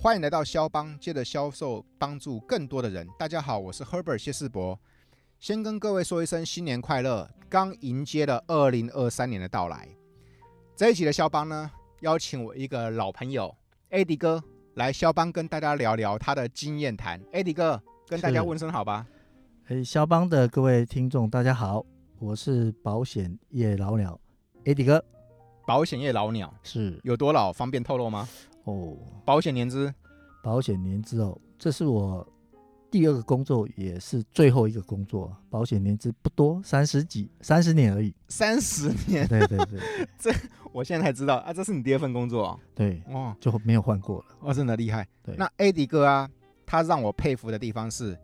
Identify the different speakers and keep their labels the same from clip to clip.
Speaker 1: 欢迎来到肖邦，借着销售帮助更多的人。大家好，我是 Herbert 谢世博，先跟各位说一声新年快乐！刚迎接了二零二三年的到来，这一集的肖邦呢，邀请我一个老朋友 AD 哥来肖邦跟大家聊聊他的经验谈。AD 哥跟大家
Speaker 2: 是
Speaker 1: 问声好吧。
Speaker 2: 诶，肖邦的各位听众，大家好，我是保险业老鸟 AD 哥，
Speaker 1: 保险业老鸟
Speaker 2: 是
Speaker 1: 有多老？方便透露吗？
Speaker 2: 哦，
Speaker 1: 保险年资
Speaker 2: 保险年资哦，这是我第二个工作，也是最后一个工作，保险年资不多，三十几，三十年而已。
Speaker 1: 三十年，
Speaker 2: 对对对
Speaker 1: 我现在才知道啊，这是你第二份工作
Speaker 2: 对，
Speaker 1: 哦。哇
Speaker 2: 就没有换过了。
Speaker 1: 哦，真的厉害。
Speaker 2: 对
Speaker 1: 那 AD 哥啊，他让我佩服的地方是，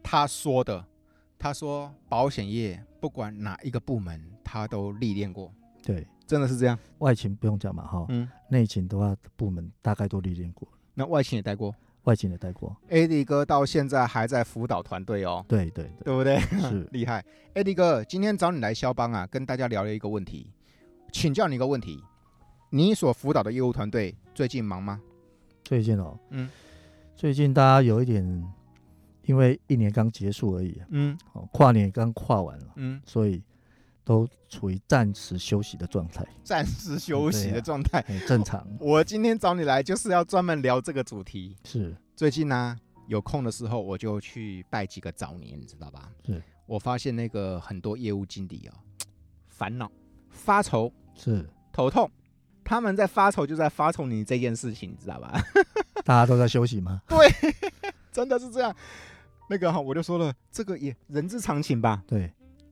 Speaker 1: 他说的，他说保险业不管哪一个部门，他都历练过，
Speaker 2: 对，
Speaker 1: 真的是这样。
Speaker 2: 外勤不用讲嘛哈，
Speaker 1: 嗯，
Speaker 2: 内勤的话部门大概都历练过，
Speaker 1: 那外勤也待过
Speaker 2: 外勤也带过。
Speaker 1: ，AD 哥到现在还在辅导团队哦，
Speaker 2: 对对对，
Speaker 1: 对不对？
Speaker 2: 是
Speaker 1: 厉害，AD 哥，今天找你来肖邦啊，跟大家聊了一个问题，请教你一个问题，你所辅导的业务团队最近忙吗？
Speaker 2: 最近哦，
Speaker 1: 嗯，
Speaker 2: 最近大家有一点，因为一年刚结束而已，
Speaker 1: 嗯
Speaker 2: 哦，跨年刚跨完了，
Speaker 1: 嗯，
Speaker 2: 所以都处于暂时休息的状态，
Speaker 1: 暂时休息
Speaker 2: 对
Speaker 1: 的
Speaker 2: 啊
Speaker 1: 状态。
Speaker 2: 很正常。
Speaker 1: 我今天找你来就是要专门聊这个主题，
Speaker 2: 是
Speaker 1: 最近呢、有空的时候我就去拜几个早年，你知道吧？
Speaker 2: 是，
Speaker 1: 我发现那个很多业务经理啊、烦恼、发愁、
Speaker 2: 是，
Speaker 1: 头痛，他们在发愁就在发愁你这件事情，你知道吧？
Speaker 2: 大家都在休息吗？
Speaker 1: 真的是这样。那个哈、我就说了，这个也人之常情吧，
Speaker 2: 对，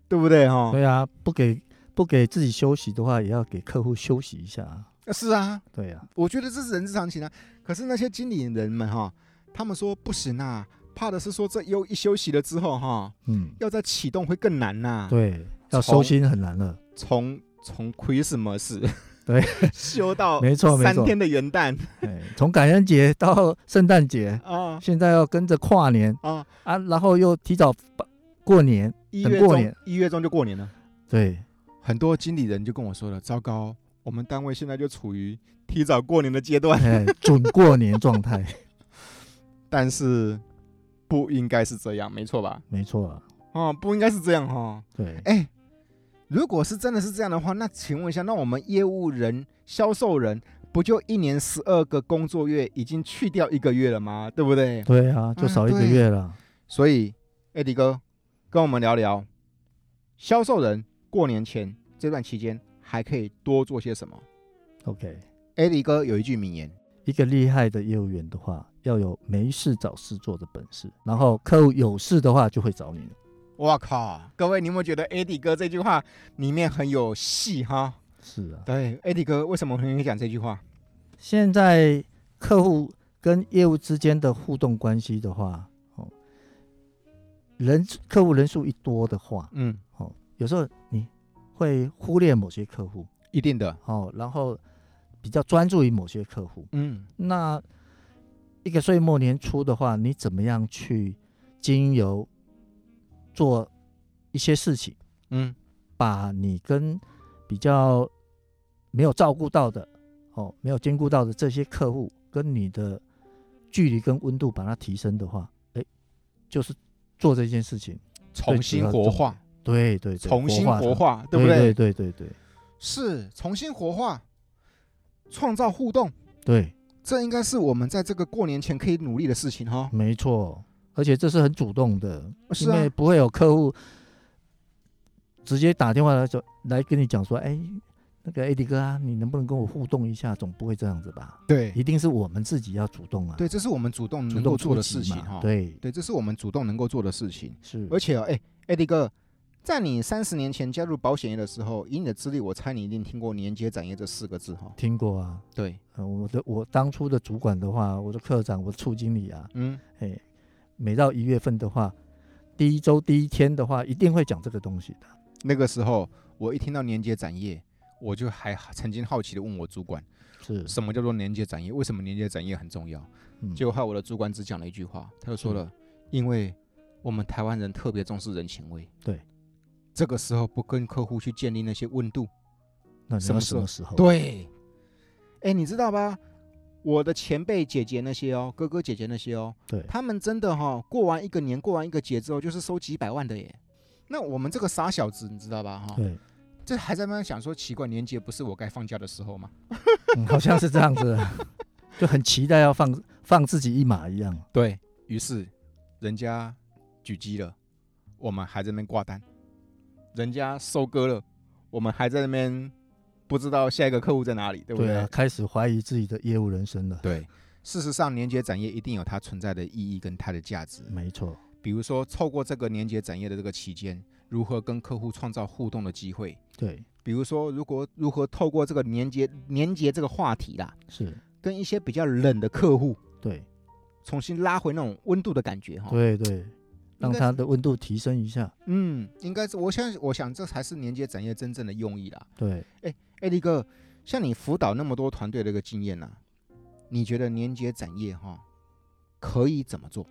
Speaker 1: 对不对哈、
Speaker 2: 对啊，不给不给自己休息的话，也要给客户休息一下啊。
Speaker 1: 呃是啊，
Speaker 2: 对啊，
Speaker 1: 我觉得这是人之常情啊。可是那些经理人们哈、他们说不行啊，怕的是说这又一休息了之后哈、
Speaker 2: 嗯，
Speaker 1: 要再启动会更难呐、
Speaker 2: 对，要
Speaker 1: 啊从
Speaker 2: 收心很难了。
Speaker 1: 从从 Christmas
Speaker 2: 对
Speaker 1: 修到
Speaker 2: 没错没
Speaker 1: 三
Speaker 2: 错
Speaker 1: 天的元旦
Speaker 2: 哎，从感恩节到圣诞节，
Speaker 1: 啊
Speaker 2: 现在要跟着跨年
Speaker 1: 啊，
Speaker 2: 啊，然后又提早把过年。
Speaker 1: 一
Speaker 2: 等
Speaker 1: 月
Speaker 2: 过
Speaker 1: 中
Speaker 2: 年
Speaker 1: 一月中就过年了，
Speaker 2: 对，
Speaker 1: 很多经理人就跟我说了，糟糕，我们单位现在就处于提早过年的阶 段，
Speaker 2: 哎，准过年状态，
Speaker 1: 但是不应该是这样，没错吧？
Speaker 2: 没错啊。
Speaker 1: 哦，不应该是这样哦，
Speaker 2: 对，
Speaker 1: 哎、如果是真的是这样的话，那请问一下，那我们业务人、销售人不就一年十二个工作月，已经去掉一个月了吗？对不对？
Speaker 2: 对啊，就
Speaker 1: 嗯
Speaker 2: 少一个
Speaker 1: 对
Speaker 2: 月了。
Speaker 1: 所以，艾迪哥跟我们聊聊，销售人过年前这段期间还可以多做些什么？
Speaker 2: OK。
Speaker 1: 艾迪哥有一句名言，
Speaker 2: 一个厉害的业务员的话，要有没事找事做的本事，然后客户有事的话就会找你了。
Speaker 1: 我靠！各位，你有没有觉得艾迪哥这句话里面很有戏哈？
Speaker 2: 是啊，
Speaker 1: 对，艾迪哥为什么很会讲这句话？
Speaker 2: 现在客户跟业务之间的互动关系的话，哦，人客户人数一多的话，
Speaker 1: 嗯，
Speaker 2: 哦，有时候你会忽略某些客户，
Speaker 1: 一定的。
Speaker 2: 哦，然后比较专注于某些客户。
Speaker 1: 嗯，
Speaker 2: 那一个岁末年初的话，你怎么样去经由做一些事情？
Speaker 1: 嗯，
Speaker 2: 把你跟比较没有照顾到的哦，没有兼顾到的这些客户跟你的距离跟温度把它提升的话，哎，就是做这件事情，
Speaker 1: 嗯重新
Speaker 2: 这个
Speaker 1: 活化，
Speaker 2: 对对对，
Speaker 1: 重新活
Speaker 2: 它，
Speaker 1: 化，对
Speaker 2: 对
Speaker 1: 不对？
Speaker 2: 对对对对
Speaker 1: 是重新活化，创造互动，
Speaker 2: 对，
Speaker 1: 这应该是我们在这个过年前可以努力的事情哈。
Speaker 2: 没错，而且这是很主动的，
Speaker 1: 是
Speaker 2: 因
Speaker 1: 啊
Speaker 2: 为不会有客户直接打电话来说来跟你讲说，哎，那个 AD 哥啊，你能不能跟我互动一下？总不会这样子吧？
Speaker 1: 对
Speaker 2: 一定是我们自己要主动啊，
Speaker 1: 对，这是我们主动嗯
Speaker 2: 主
Speaker 1: 能够
Speaker 2: 动
Speaker 1: 做的
Speaker 2: 出
Speaker 1: 事
Speaker 2: 击
Speaker 1: 情
Speaker 2: 嘛
Speaker 1: 哈。
Speaker 2: 对，
Speaker 1: 对，这是我们主动能够做的事情。
Speaker 2: 是
Speaker 1: 而且哦，哎，艾迪哥，在你三十年前加入保险业的时候，以你的资历，我猜你一定听过“年接展业”这四个字哈。
Speaker 2: 听过啊。
Speaker 1: 对，
Speaker 2: 呃我的我当初的主管的话，我的科长，我的处经理啊，
Speaker 1: 嗯，
Speaker 2: 哎，每到一月份的话，第一周第一天的话，一定会讲这个东西的。
Speaker 1: 那个时候我一听到“年接展业”，我就还曾经好奇的问我主管，
Speaker 2: 是，
Speaker 1: 什么叫做年接展业？为什么年接展业很重要？
Speaker 2: 嗯
Speaker 1: 结果害我的主管只讲了一句话，他就说
Speaker 2: 嗯
Speaker 1: 了，因为我们台湾人特别重视人情味。
Speaker 2: 对，
Speaker 1: 这个时候不跟客户去建立那些温度，
Speaker 2: 那你
Speaker 1: 什么
Speaker 2: 要
Speaker 1: 时
Speaker 2: 什
Speaker 1: 候
Speaker 2: 么时候？
Speaker 1: 对，哎，你知道吧？我的前辈姐姐那些哦，哥哥姐姐那些哦，
Speaker 2: 对
Speaker 1: 他们真的哈、过完一个年，过完一个节之后，就是收几百万的耶。那我们这个傻小子，你知道吧？哈、
Speaker 2: 对，
Speaker 1: 这还在那边想说，奇怪，年节不是我该放假的时候吗？
Speaker 2: 嗯好像是这样子， 就很期待要放放自己一马一样。
Speaker 1: 对于是，人家狙击了，我们还在那边挂单；人家收割了，我们还在那边不知道下一个客户在哪里，对不
Speaker 2: 对啊，开始怀疑自己的业务人生了。
Speaker 1: 对，事实上，年节展业一定有它存在的意义跟它的价值。
Speaker 2: 没错，
Speaker 1: 比如说，透过这个年节展业的这个期间，如何跟客户创造互动的机会；
Speaker 2: 对，
Speaker 1: 比如说，如果如何透过这个年节年节这个话题啦，
Speaker 2: 是，
Speaker 1: 跟一些比较冷的客户
Speaker 2: 对，
Speaker 1: 重新拉回那种温度的感觉哈。
Speaker 2: 对对，让
Speaker 1: 哦该
Speaker 2: 它的温度提升一下。
Speaker 1: 嗯，应该是我想，我想这才是年节展业真正的用意啦。
Speaker 2: 对，
Speaker 1: 哎，力哥，像你辅导那么多团队的一个经验呐、你觉得年节展业哈可以怎么做？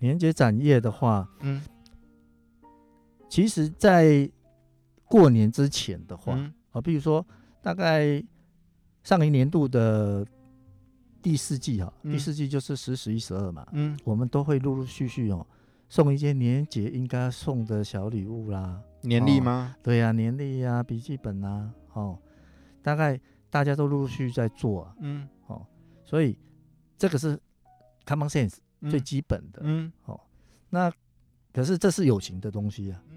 Speaker 2: 年节展业的话，
Speaker 1: 嗯，
Speaker 2: 其实，在过年之前的话，
Speaker 1: 嗯
Speaker 2: 啊，比如说大概上一年度的第四季哈、
Speaker 1: 嗯
Speaker 2: 第四季就是十、十一、十二嘛，
Speaker 1: 嗯，
Speaker 2: 我们都会陆陆续续哦送一些年节应该送的小礼物啦，
Speaker 1: 年历吗？
Speaker 2: 对呀、年历呀、笔记本啊，哦，大概大家都陆陆续续在做啊，
Speaker 1: 嗯，
Speaker 2: 哦，所以这个是 common sense
Speaker 1: 嗯
Speaker 2: 最基本的，
Speaker 1: 嗯
Speaker 2: 哦，那可是这是有形的东西啊，
Speaker 1: 嗯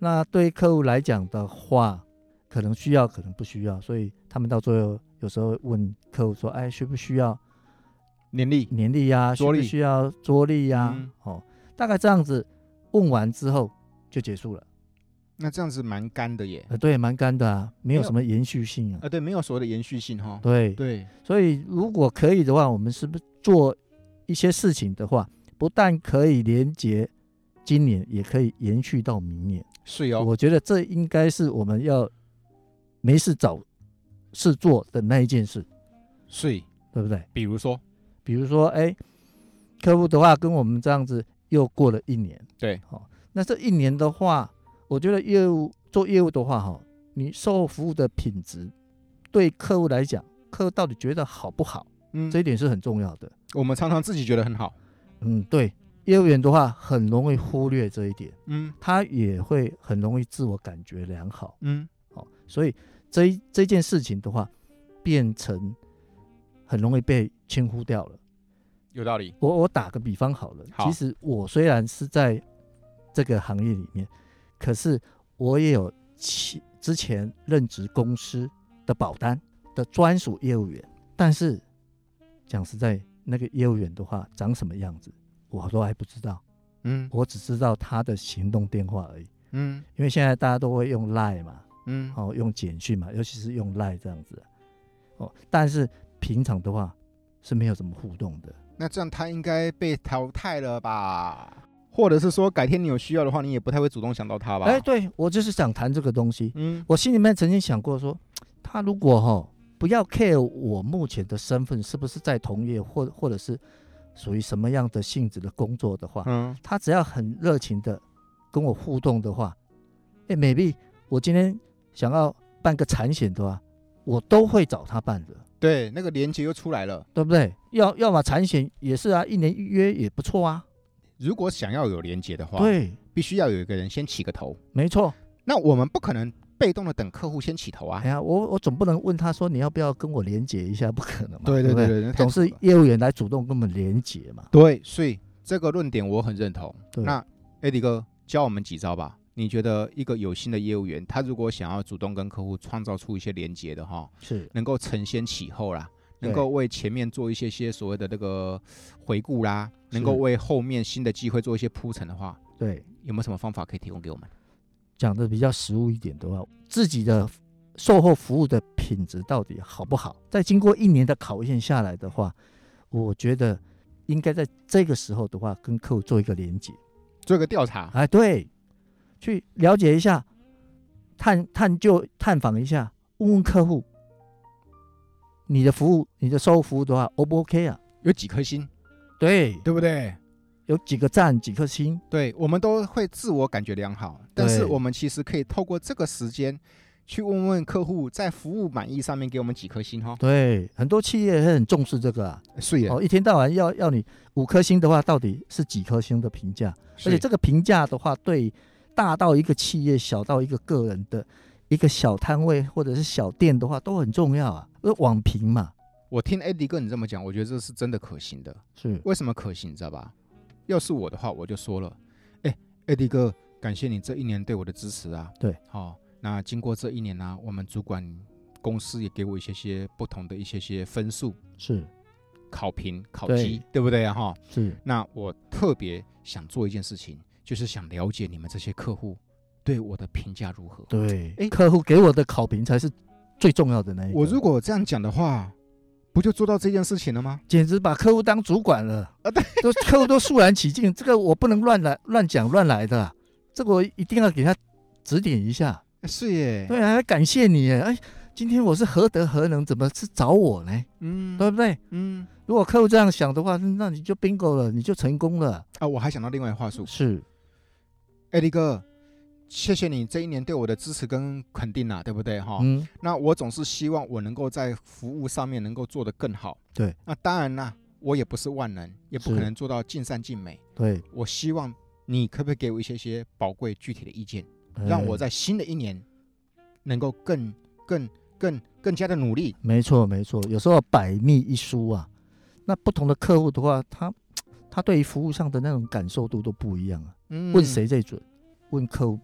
Speaker 2: 那对客户来讲的话，可能需要，可能不需要，所以他们到最后有时候会问客户说：“哎，需不需要
Speaker 1: 年历，
Speaker 2: 年历呀、需
Speaker 1: 桌
Speaker 2: 不
Speaker 1: 历
Speaker 2: 需要桌历呀、
Speaker 1: 嗯
Speaker 2: 哦，大概这样子问完之后就结束了。
Speaker 1: 那这样子蛮干的耶。
Speaker 2: 呃，对，蛮干的啊，没有
Speaker 1: 没有
Speaker 2: 什么延续性啊。
Speaker 1: 啊，对，没有所谓的延续性哈。
Speaker 2: 对，
Speaker 1: 对，
Speaker 2: 所以如果可以的话，我们是不是做一些事情的话，不但可以连接今年，也可以延续到明年。
Speaker 1: 是有，
Speaker 2: 我觉得这应该是我们要没事找事做的那一件事，
Speaker 1: 是。
Speaker 2: 对不对？
Speaker 1: 比如说，
Speaker 2: 比如说，哎，客户的话跟我们这样子又过了一年，
Speaker 1: 对，
Speaker 2: 哦，那这一年的话，我觉得业务做业务的话，哈、你售后服务的品质对客户来讲，客户到底觉得好不好，
Speaker 1: 嗯
Speaker 2: 这一点是很重要的。
Speaker 1: 我们常常自己觉得很好，
Speaker 2: 嗯，对，业务员的话很容易忽略这一点，
Speaker 1: 嗯
Speaker 2: 他也会很容易自我感觉良好。
Speaker 1: 嗯，
Speaker 2: 哦，所以这一这件事情的话，变成很容易被轻忽掉了。
Speaker 1: 有道理，
Speaker 2: 我我打个比方好了，
Speaker 1: 好
Speaker 2: 其实我虽然是在这个行业里面，可是我也有其之前任职公司的保单的专属业务员，但是讲实在，那个业务员的话长什么样子，我都还不知道，
Speaker 1: 嗯
Speaker 2: 我只知道他的行动电话而已。
Speaker 1: 嗯
Speaker 2: 因为现在大家都会用 Line 嘛，
Speaker 1: 嗯，
Speaker 2: 哦，用简讯嘛，尤其是用 Line 这样子，哦，但是平常的话是没有什么互动的，
Speaker 1: 那这样他应该被淘汰了吧？或者是说，改天你有需要的话，你也不太会主动想到他吧？
Speaker 2: 哎、，对我就是想谈这个东西，
Speaker 1: 嗯
Speaker 2: 我心里面曾经想过说，他如果哈、不要 care 我目前的身份是不是在同业或或者是属于什么样的性质的工作的话，
Speaker 1: 嗯，
Speaker 2: 他只要很热情的跟我互动的话，哎，maybe 我今天想要办个产险的话，我都会找他办的。
Speaker 1: 对，那个连接又出来了。
Speaker 2: 对不对？要要么产险也是啊，一年一约也不错啊。
Speaker 1: 如果想要有连接的话，，
Speaker 2: 对，
Speaker 1: 必须要有一个人先起个头。
Speaker 2: 没错。
Speaker 1: 那我们不可能被动的等客户先起头啊
Speaker 2: 哎。呀，我我总不能问他说你要不要跟我连接一下，不可能嘛。
Speaker 1: 对
Speaker 2: 对
Speaker 1: 对
Speaker 2: 不
Speaker 1: 对，那太
Speaker 2: 总
Speaker 1: 扯
Speaker 2: 是
Speaker 1: 了
Speaker 2: 业务员来主动跟我们连接嘛。
Speaker 1: 对，所以这个论点我很认同。
Speaker 2: 对
Speaker 1: 那 Eddie 哥教我们几招吧。你觉得一个有心的业务员，他如果想要主动跟客户创造出一些连接的哈，
Speaker 2: 是，
Speaker 1: 能够承先启后啦，
Speaker 2: 对
Speaker 1: 能够为前面做一些些所谓的那个回顾啦，
Speaker 2: 是
Speaker 1: 能够为后面新的机会做一些铺陈的话，
Speaker 2: 对，
Speaker 1: 有没有什么方法可以提供给我们？
Speaker 2: 讲的比较实务一点的话，自己的售后服务的品质到底好不好？在经过一年的考验下来的话，我觉得应该在这个时候的话，跟客户做一个连接。
Speaker 1: 做一个调查，
Speaker 2: 哎，对，去了解一下，探探究探访一下，问问客户，你的服务，你的售后服务的话，O 不 OK 啊？
Speaker 1: 有几颗星，
Speaker 2: 对，
Speaker 1: 对不对？
Speaker 2: 有几个赞，几颗星，
Speaker 1: 对，我们都会自我感觉良好，但是
Speaker 2: 对
Speaker 1: 我们其实可以透过这个时间去问问客户在服务满意上面给我们几颗星哈、哦。
Speaker 2: 对，很多企业也很重视这个啊。
Speaker 1: 是的，
Speaker 2: 哦，一天到晚要要你五颗星的话，到底是几颗星的评价？而且这个评价的话，对大到一个企业，小到一个个人的一个小摊位或者是小店的话，都很重要啊。呃，网评嘛，
Speaker 1: 我听 Eddie 哥你这么讲，我觉得这是真的可行的。
Speaker 2: 是
Speaker 1: 为什么可行？你知道吧？要是我的话，我就说了，哎、艾迪哥，感谢你这一年对我的支持啊。
Speaker 2: 对，
Speaker 1: 好、那经过这一年呢、我们主管公司也给我一些些不同的一些些分数、
Speaker 2: 是
Speaker 1: 考评、考
Speaker 2: 对
Speaker 1: 绩，对不对啊？哈、
Speaker 2: 是，
Speaker 1: 那我特别想做一件事情，就是想了解你们这些客户对我的评价如何。
Speaker 2: 对，
Speaker 1: 诶
Speaker 2: 客户给我的考评才是最重要的那一个。
Speaker 1: 我如果这样讲的话，不就做到这件事情了吗？
Speaker 2: 简直把客户当主管了
Speaker 1: 啊对，
Speaker 2: 都客户都肃然起敬，这个我不能乱来乱讲乱来的啊，这个我一定要给他指点一下。
Speaker 1: 是耶，
Speaker 2: 对啊，感谢你耶，哎，今天我是何德何能，怎么是找我呢？
Speaker 1: 嗯，
Speaker 2: 对不对？
Speaker 1: 嗯，
Speaker 2: 如果客户这样想的话，那你就 bingo 了，你就成功了。
Speaker 1: 啊，我还想到另外一个话术，
Speaker 2: 是，
Speaker 1: 艾迪哥，谢谢你这一年对我的支持跟肯定啊，对不对哈、
Speaker 2: 嗯，
Speaker 1: 那我总是希望我能够在服务上面能够做得更好。
Speaker 2: 对，
Speaker 1: 那当然啦，我也不是万能，也不
Speaker 2: 是
Speaker 1: 可能做到尽善尽美。
Speaker 2: 对，
Speaker 1: 我希望你可不可以给我一些些宝贵具体的意见？让我
Speaker 2: 哎
Speaker 1: 在新的一年能够更更更更加的努力。
Speaker 2: 没错没错，有时候百密一疏啊。那不同的客户的话，他他对于服务上的那种感受度都不一样啊。
Speaker 1: 嗯
Speaker 2: 问谁最准？问客户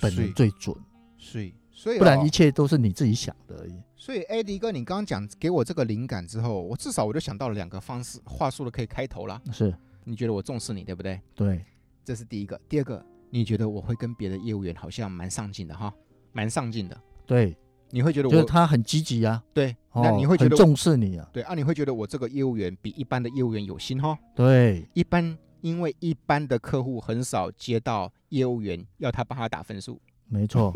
Speaker 2: 本人
Speaker 1: 水
Speaker 2: 最准，
Speaker 1: 水，所以哦
Speaker 2: 不然一切都是你自己想的而已。
Speaker 1: 所以艾迪哥，你刚刚讲给我这个灵感之后，我至少我就想到了两个方式话术的可以开头啦。
Speaker 2: 是
Speaker 1: 你觉得我重视你，对不对？
Speaker 2: 对，
Speaker 1: 这是第一个。第二个，你觉得我会跟别的业务员好像蛮上进的哈，蛮上进的。
Speaker 2: 对，
Speaker 1: 你会觉得
Speaker 2: 就是
Speaker 1: 我
Speaker 2: 他很积极啊，
Speaker 1: 对，
Speaker 2: 哦、
Speaker 1: 那你会觉
Speaker 2: 很
Speaker 1: 得
Speaker 2: 重视你啊？
Speaker 1: 对啊？你会觉得我这个业务员比一般的业务员有心哈？
Speaker 2: 对，
Speaker 1: 一般因为一般的客户很少接到业务员要他帮他打分数。
Speaker 2: 没错，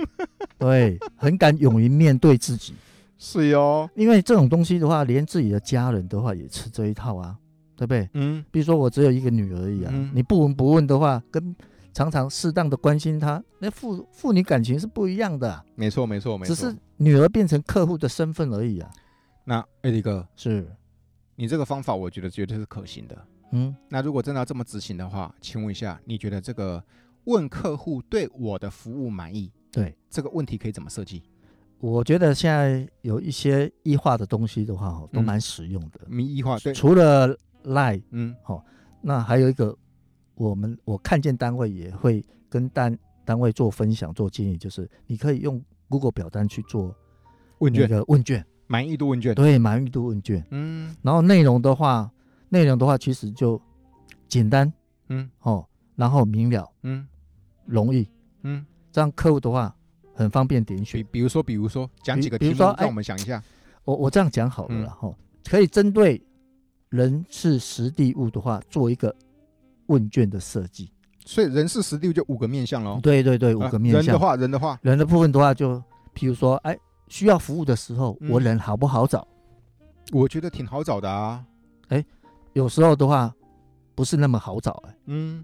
Speaker 2: 对，很敢勇于面对自己，
Speaker 1: 是哟，
Speaker 2: 因为这种东西的话，连自己的家人的话也吃这一套啊，对不对？
Speaker 1: 嗯，
Speaker 2: 比如说我只有一个女儿而已啊，
Speaker 1: 嗯
Speaker 2: 你不闻不问的话，跟常常适当的关心她，那父父女感情是不一样的啊、
Speaker 1: 没错没错没错。
Speaker 2: 只是女儿变成客户的身份而已啊。
Speaker 1: 那艾迪哥，
Speaker 2: 是，
Speaker 1: 你这个方法我觉得绝对是可行的。
Speaker 2: 嗯，
Speaker 1: 那如果真的要这么执行的话，请问一下，你觉得这个问客户对我的服务满意
Speaker 2: 对，
Speaker 1: 这个问题可以怎么设计？
Speaker 2: 我觉得现在有一些异化的东西的话，哦，都
Speaker 1: 嗯
Speaker 2: 蛮实用的。
Speaker 1: 民意化对，
Speaker 2: 除了 Line，
Speaker 1: 嗯
Speaker 2: 那还有一个，我们我看见单位也会跟单单位做分享、做建议，就是你可以用 Google 表单去做
Speaker 1: 问
Speaker 2: 那
Speaker 1: 卷
Speaker 2: 个问卷，
Speaker 1: 满意度问卷，
Speaker 2: 对满意度问卷。
Speaker 1: 嗯
Speaker 2: 然后内容的话，哦内容的话其实就简单
Speaker 1: 嗯
Speaker 2: 哦，然后明了、
Speaker 1: 嗯
Speaker 2: 容易，
Speaker 1: 嗯，
Speaker 2: 这样客户的话很方便点
Speaker 1: 比
Speaker 2: 选。
Speaker 1: 比如说比如说讲
Speaker 2: 比
Speaker 1: 几个
Speaker 2: 比
Speaker 1: 题目，
Speaker 2: 如说哎
Speaker 1: 让我们想一下，
Speaker 2: 我我这样讲好了啦，
Speaker 1: 嗯
Speaker 2: 哈、哦，可以针对人事实地物的话做一个问卷的设计。
Speaker 1: 所以人事实地就五个面向喽。
Speaker 2: 对对对，五
Speaker 1: 啊
Speaker 2: 个面
Speaker 1: 人
Speaker 2: 向
Speaker 1: 的。话，人的话，
Speaker 2: 人的部分的话就，譬如说，哎，需要服务的时候，
Speaker 1: 嗯
Speaker 2: 我人好不好找？
Speaker 1: 我觉得挺好找的啊。
Speaker 2: 有时候的话不是那么好找、哎，
Speaker 1: 嗯，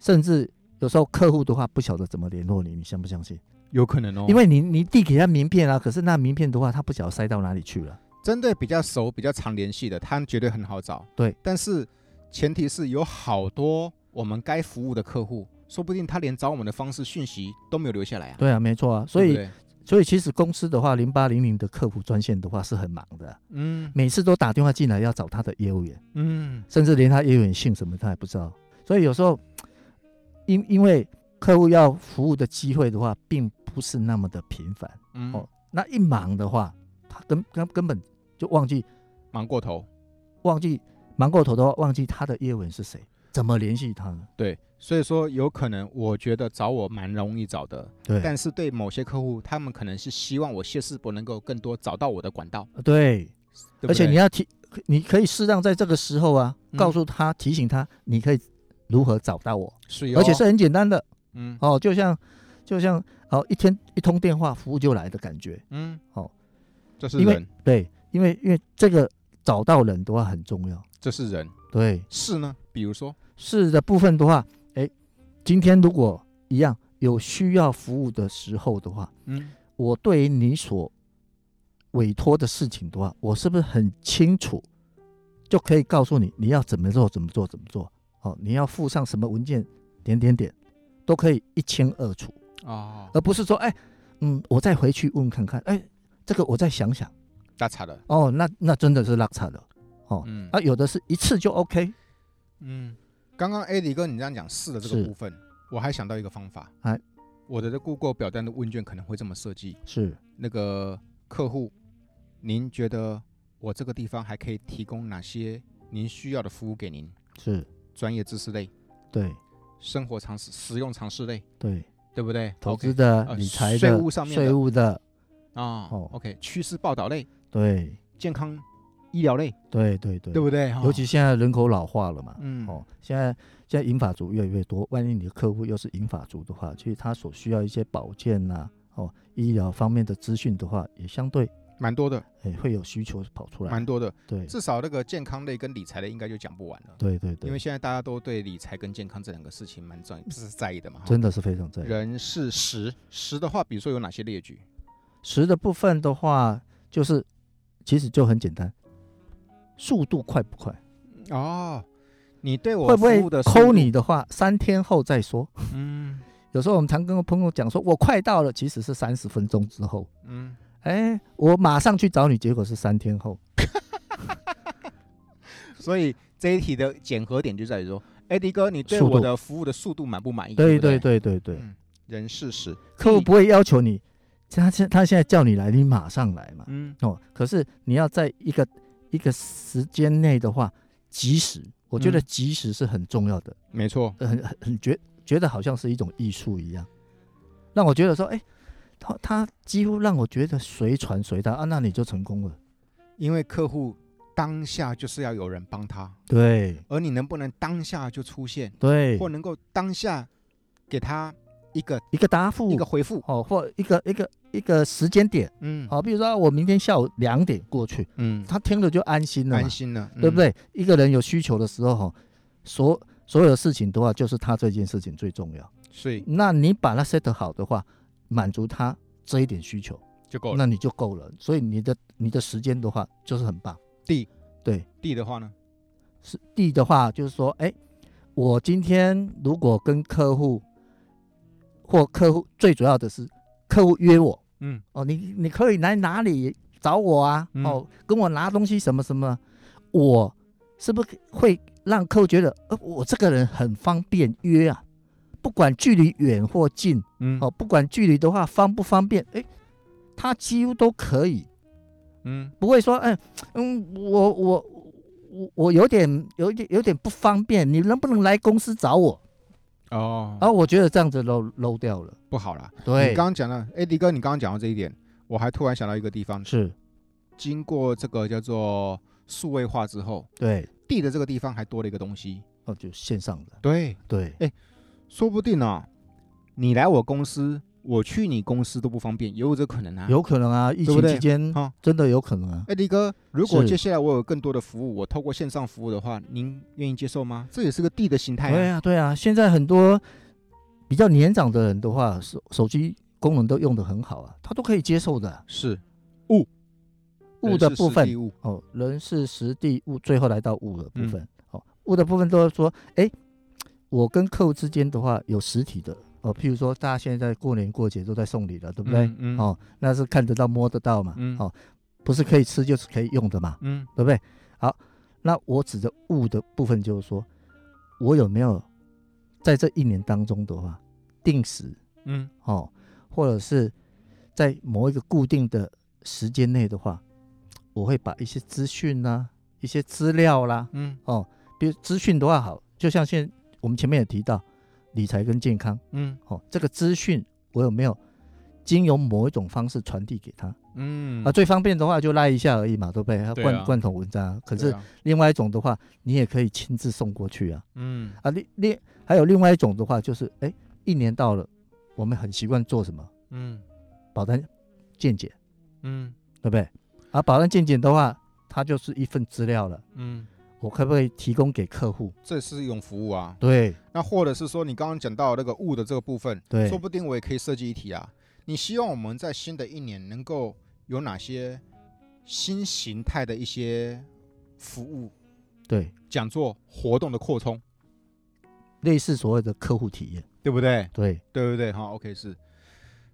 Speaker 2: 甚至有时候客户的话不晓得怎么联络你，你相不相信？
Speaker 1: 有可能哦。
Speaker 2: 因为你你递给他名片啊，可是那名片的话，他不晓得塞到哪里去了。
Speaker 1: 针对比较熟、比较常联系的，他绝对很好找。
Speaker 2: 对，
Speaker 1: 但是前提是有好多我们该服务的客户，说不定他连找我们的方式、讯息都没有留下来啊。
Speaker 2: 对啊，没错啊，所
Speaker 1: 对
Speaker 2: 以
Speaker 1: 不对
Speaker 2: 所以其实公司的话，零八零零的客服专线的话是很忙的啊，
Speaker 1: 嗯
Speaker 2: 每次都打电话进来要找他的业务员，
Speaker 1: 嗯，
Speaker 2: 甚至连他业务员姓什么他也不知道。所以有时候因因为客户要服务的机会的话，并不是那么的频繁。
Speaker 1: 嗯
Speaker 2: 哦，那一忙的话，他根根根本就忘记
Speaker 1: 忙过头。
Speaker 2: 忘记忙过头的话，忘记他的业务员是谁，怎么联系他呢？
Speaker 1: 对，所以说有可能，我觉得找我蛮容易找的，
Speaker 2: 对
Speaker 1: 但是对某些客户，他们可能是希望我谢世博能够更多找到我的管道，
Speaker 2: 对，
Speaker 1: 对不对
Speaker 2: 而且你要提，你可以适当在这个时候啊，
Speaker 1: 嗯
Speaker 2: 告诉他、提醒他，你可以如何找到我，
Speaker 1: 是哦，
Speaker 2: 而且是很简单的
Speaker 1: 嗯
Speaker 2: 哦，就像就像哦一天一通电话，服务就来的感觉。
Speaker 1: 嗯
Speaker 2: 哦，
Speaker 1: 这是
Speaker 2: 因为
Speaker 1: 人，
Speaker 2: 对，因为因为这个找到人的话很重要。
Speaker 1: 这是人，
Speaker 2: 对，
Speaker 1: 事呢？比如说，
Speaker 2: 是的部分的话，哎，今天如果一样有需要服务的时候的话，
Speaker 1: 嗯
Speaker 2: 我对于你所委托的事情的话，我是不是很清楚，就可以告诉你你要怎么做，怎么做，怎么做？哦，你要附上什么文件，点点点，都可以一清二楚，
Speaker 1: 哦，
Speaker 2: 而不是说，哎，嗯，我再回去问看看，哎，这个我再想想。
Speaker 1: 大差了，
Speaker 2: 哦，那那真的是落差了。
Speaker 1: 嗯
Speaker 2: 啊，有的是一次就 OK，
Speaker 1: 嗯，刚刚 AD 哥你这样讲是的这个
Speaker 2: 是
Speaker 1: 部分，我还想到一个方法，
Speaker 2: 哎，
Speaker 1: 我的 Google 表单的问卷可能会这么设计，
Speaker 2: 是
Speaker 1: 那个客户，您觉得我这个地方还可以提供哪些您需要的服务给您？
Speaker 2: 是，
Speaker 1: 专业知识类、
Speaker 2: 对
Speaker 1: 生活常识、实用常识类，
Speaker 2: 对，
Speaker 1: 对不对？
Speaker 2: 投
Speaker 1: OK
Speaker 2: 资的、
Speaker 1: 呃
Speaker 2: 理财的、
Speaker 1: 税务上面的
Speaker 2: 税务的，
Speaker 1: 啊、
Speaker 2: 哦
Speaker 1: o k 趋势报道类、
Speaker 2: 对
Speaker 1: 健康医疗类，
Speaker 2: 对对对，
Speaker 1: 对不对？哈
Speaker 2: 尤其现在人口老化了嘛，
Speaker 1: 嗯，
Speaker 2: 哦，现在现在银发族越来越多，万一你的客户又是银发族的话，其实他所需要一些保健呐、哦，医疗方面的资讯的话，也相对
Speaker 1: 蛮多的，
Speaker 2: 诶、会有需求跑出来
Speaker 1: 蛮。多的。
Speaker 2: 对
Speaker 1: 至少那个健康类跟理财类应该就讲不完了，
Speaker 2: 对对对，
Speaker 1: 因为现在大家都对理财跟健康这两个事情蛮重，是在意的嘛。哈
Speaker 2: 真的是非常在意。
Speaker 1: 人是十十的话，比如说有哪些列举？
Speaker 2: 十的部分的话，就是其实就很简单，速度快不快？
Speaker 1: 哦，你对我
Speaker 2: 会不会
Speaker 1: 服务的速
Speaker 2: 抠
Speaker 1: 度
Speaker 2: 你？的话，三天后再说。
Speaker 1: 嗯
Speaker 2: 有时候我们常跟朋友讲说，我快到了，其实是三十分钟之后。
Speaker 1: 嗯，
Speaker 2: 哎，我马上去找你，结果是三天后。
Speaker 1: 所以这一题的检核点就在于说，哎，迪哥，你对
Speaker 2: 速度
Speaker 1: 我的服务的速度满不满意？
Speaker 2: 对
Speaker 1: 不对
Speaker 2: 对对对对，
Speaker 1: 嗯人事时，
Speaker 2: 客户
Speaker 1: 地
Speaker 2: 不会要求你，他现他现在叫你来，你马上来嘛。
Speaker 1: 嗯
Speaker 2: 哦，可是你要在一个一个时间内的话，及时，我觉得
Speaker 1: 嗯
Speaker 2: 及时是很重要的，
Speaker 1: 没错，
Speaker 2: 呃很很很觉觉得好像是一种艺术一样，让我觉得说，哎，他他几乎让我觉得随传随到啊，那你就成功了。
Speaker 1: 因为客户当下就是要有人帮他，
Speaker 2: 对
Speaker 1: 而你能不能当下就出现，
Speaker 2: 对，
Speaker 1: 或能够当下给他一个
Speaker 2: 一个答复，
Speaker 1: 一个回复？
Speaker 2: 哦，或一个一个一个时间点，哦
Speaker 1: 嗯，
Speaker 2: 好、比如说我明天下午两点过去，
Speaker 1: 嗯，
Speaker 2: 他听了就安心了嘛，
Speaker 1: 安心了，
Speaker 2: 对不
Speaker 1: 嗯？
Speaker 2: 对？一个人有需求的时候，哈，所所有的事情的话，就是他这件事情最重要。
Speaker 1: 所以
Speaker 2: 那你把它 set 好的话，满足他这一点需求，
Speaker 1: 就够了。
Speaker 2: 那你就够了。所以你的你的时间的话，就是很棒。
Speaker 1: 地
Speaker 2: 对
Speaker 1: 地的话呢？
Speaker 2: 是 D 的话，就是说，哎，我今天如果跟客户或客户最主要的是客户约我，
Speaker 1: 嗯，
Speaker 2: 哦，你你可以来哪里找我啊？
Speaker 1: 嗯
Speaker 2: 哦，跟我拿东西什么什么，我是不是会让客户觉得，呃，我这个人很方便约啊？不管距离远或近，
Speaker 1: 嗯
Speaker 2: 哦，不管距离的话方不方便，诶，他几乎都可以，
Speaker 1: 嗯
Speaker 2: 不会说，哎，嗯，我我我我有点有点有点不方便，你能不能来公司找我？
Speaker 1: 哦，
Speaker 2: 啊，我觉得这样子 low low 掉了，
Speaker 1: 不好啦。
Speaker 2: 对，
Speaker 1: 你刚刚讲到，哎，迪哥，你刚刚讲到这一点，我还突然想到一个地方，
Speaker 2: 是
Speaker 1: 经过这个叫做数位化之后，
Speaker 2: 对，
Speaker 1: 地的这个地方还多了一个东西。
Speaker 2: 哦，就线上的，
Speaker 1: 对，
Speaker 2: 对，
Speaker 1: 说不定啊，你来我公司，我去你公司都不方便，也有这可能啊。
Speaker 2: 有可能啊，疫
Speaker 1: 对不
Speaker 2: 情
Speaker 1: 对
Speaker 2: 期间
Speaker 1: 啊
Speaker 2: 真的有可能啊，
Speaker 1: 哎，迪哥，如果
Speaker 2: 是
Speaker 1: 接下来我有更多的服务，我透过线上服务的话，您愿意接受吗？这也是个地的形态、
Speaker 2: 对
Speaker 1: 啊。
Speaker 2: 啊，对啊，现在很多比较年长的人的话，手手机功能都用得很好啊，他都可以接受的啊。
Speaker 1: 是
Speaker 2: 物的
Speaker 1: 人事
Speaker 2: 部分
Speaker 1: 实地物嗯
Speaker 2: 哦，人事实地物，最后来到物的部分、哦，物的部分都是说，哎，我跟客户之间的话有实体的哦，譬如说大家现在过年过节都在送礼了，对不对？
Speaker 1: 嗯嗯
Speaker 2: 哦，那是看得到摸得到嘛，
Speaker 1: 嗯
Speaker 2: 哦，不是可以吃就是可以用的嘛，
Speaker 1: 嗯
Speaker 2: 对不对？好，那我指的物的部分就是说，我有没有在这一年当中的话，定时
Speaker 1: 嗯
Speaker 2: 哦，或者是在某一个固定的时间内的话，我会把一些资讯啦、一些资料啦，
Speaker 1: 嗯
Speaker 2: 哦，比如资讯的话好，就像现我们前面也提到理财跟健康，
Speaker 1: 嗯
Speaker 2: 哦，这个资讯我有没有经由某一种方式传递给他、
Speaker 1: 嗯
Speaker 2: 啊？最方便的话就拉一下而已嘛，对不对？
Speaker 1: 对
Speaker 2: 罐
Speaker 1: 啊
Speaker 2: 罐头文章啊，可
Speaker 1: 对
Speaker 2: 是
Speaker 1: 啊
Speaker 2: 另外一种的话，你也可以亲自送过去啊。
Speaker 1: 嗯
Speaker 2: 啊，另另还有另外一种的话，就是哎，一年到了，我们很习惯做什么？
Speaker 1: 嗯
Speaker 2: 保单见解，
Speaker 1: 嗯
Speaker 2: 对不对？而保单见解的话，它就是一份资料了，
Speaker 1: 嗯，
Speaker 2: 我可不可以提供给客户？
Speaker 1: 这是一种服务啊。
Speaker 2: 对
Speaker 1: 那或者是说，你刚刚讲到那个物的这个部分，
Speaker 2: 对
Speaker 1: 说不定我也可以设计一题啊。你希望我们在新的一年能够有哪些新形态的一些服务、
Speaker 2: 对，
Speaker 1: 讲座、活动的扩充，
Speaker 2: 类似所谓的客户体验，
Speaker 1: 对不对？
Speaker 2: 对，
Speaker 1: 对不对？哈，OK 是。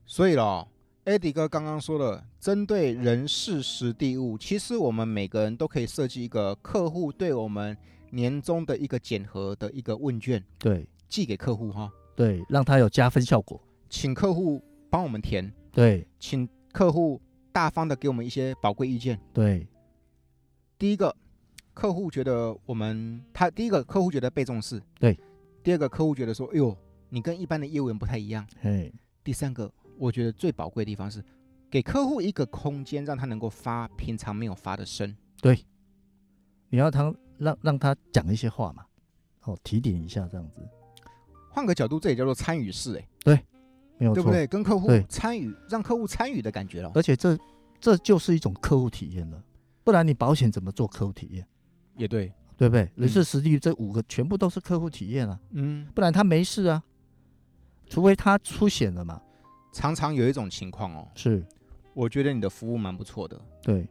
Speaker 1: 所以咯，Eddie 哥刚刚说了，针对人事实地物，其实我们每个人都可以设计一个客户对我们年终的一个检核的一个问卷，
Speaker 2: 对，
Speaker 1: 寄给客户哈，
Speaker 2: 对，让它有加分效果，
Speaker 1: 请客户帮我们填，
Speaker 2: 对，
Speaker 1: 请客户大方的给我们一些宝贵意见。
Speaker 2: 对，
Speaker 1: 第一个，客户觉得我们他第一个客户觉得被重视，
Speaker 2: 对；
Speaker 1: 第二个客户觉得说，哎呦，你跟一般的业务员不太一样。
Speaker 2: 嘿，
Speaker 1: 第三个，我觉得最宝贵的地方是给客户一个空间，让他能够发平常没有发的声。
Speaker 2: 你要他让让他讲一些话嘛，哦，提点一下这样子，
Speaker 1: 换个角度，这也叫做参与式，哎，
Speaker 2: 没有
Speaker 1: 对
Speaker 2: 错，
Speaker 1: 不对？跟客户
Speaker 2: 对
Speaker 1: 参与，让客户参与的感觉了。
Speaker 2: 而且这这就是一种客户体验了，不然你保险怎么做客户体验？
Speaker 1: 也对，
Speaker 2: 对不对？
Speaker 1: 嗯
Speaker 2: 人事实地这五个全部都是客户体验啊，
Speaker 1: 嗯，
Speaker 2: 不然他没事啊，除非他出险了嘛。
Speaker 1: 常常有一种情况哦，
Speaker 2: 是，
Speaker 1: 我觉得你的服务蛮不错的，
Speaker 2: 对，